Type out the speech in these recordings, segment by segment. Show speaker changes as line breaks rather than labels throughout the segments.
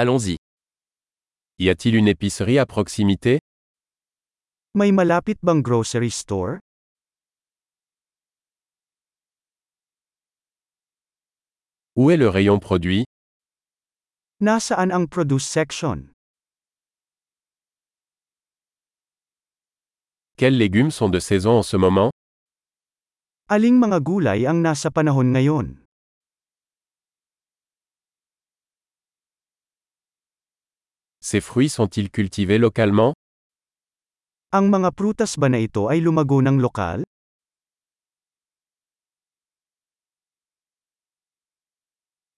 Allons-y. Y a-t-il une épicerie à proximité
May malapit bang grocery store?
Où est le rayon produit
Nasaan ang produce section?
Quels légumes sont de saison en ce moment
Aling mga gulay ang nasa panahon ngayon?
Ces fruits sont-ils cultivés localement
Ang mga prutas ba na ito ay lumago ng lokal?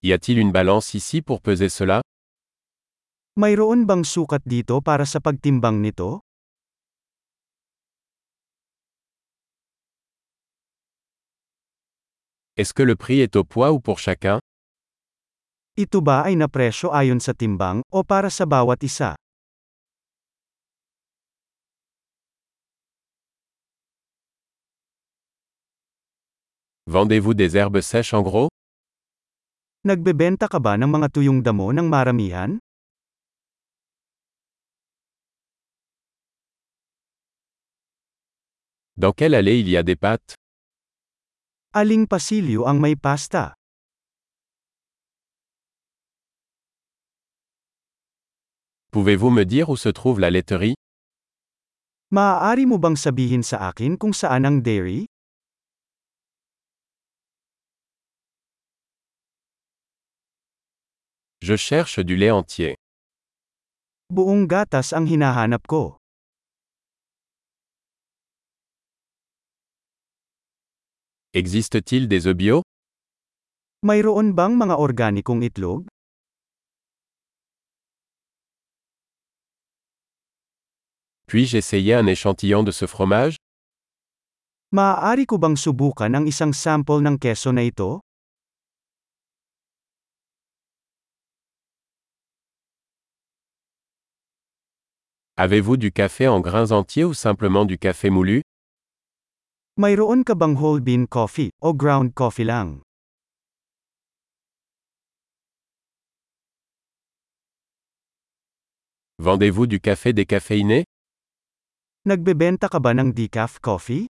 Y a-t-il une balance ici pour peser cela
Mayroon bang sukat dito para sa pagtimbang nito?
Est-ce que le prix est au poids ou pour chacun
Ito ba ay napresyo ayon sa timbang o para sa bawat isa?
Vendez-vous des herbes sèches en gros
Nagbebenta ka ba ng mga tuyong damo ng maramihan?
Dans quelle allée il y a des pâtes
Aling pasilyo ang may pasta?
Pouvez-vous me dire où se trouve la laiterie
Maaari mo bang sabihin sa akin kung saan ang dairy?
Je cherche du lait entier.
Buong gatas ang hinahanap ko.
Existe-t-il des œufs bio
Mayroon bang mga organikong itlog?
Puis-je essayer un échantillon de ce fromage
Maaari ko bang subukan ang isang sample ng keso na ito?
Avez-vous du café en grains entiers ou simplement du café moulu
Mayroon ka bang whole bean coffee o ground coffee lang?
Vendez-vous du café décaféiné
Nagbebenta ka ba ng decaf coffee?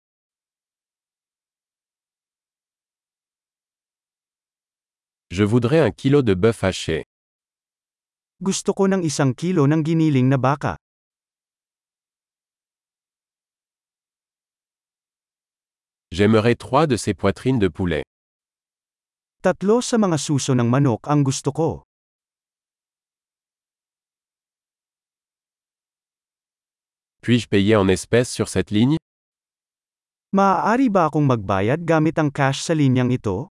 Je voudrais un kilo de bœuf haché.
Gusto ko ng isang kilo ng giniling na baka.
J'aimerais trois de ces poitrines de poulet.
Tatlo sa mga suso ng manok ang gusto ko.
Puis-je payer en espèces sur cette ligne
Maaari ba akong magbayad gamit ang cash sa linyang ito?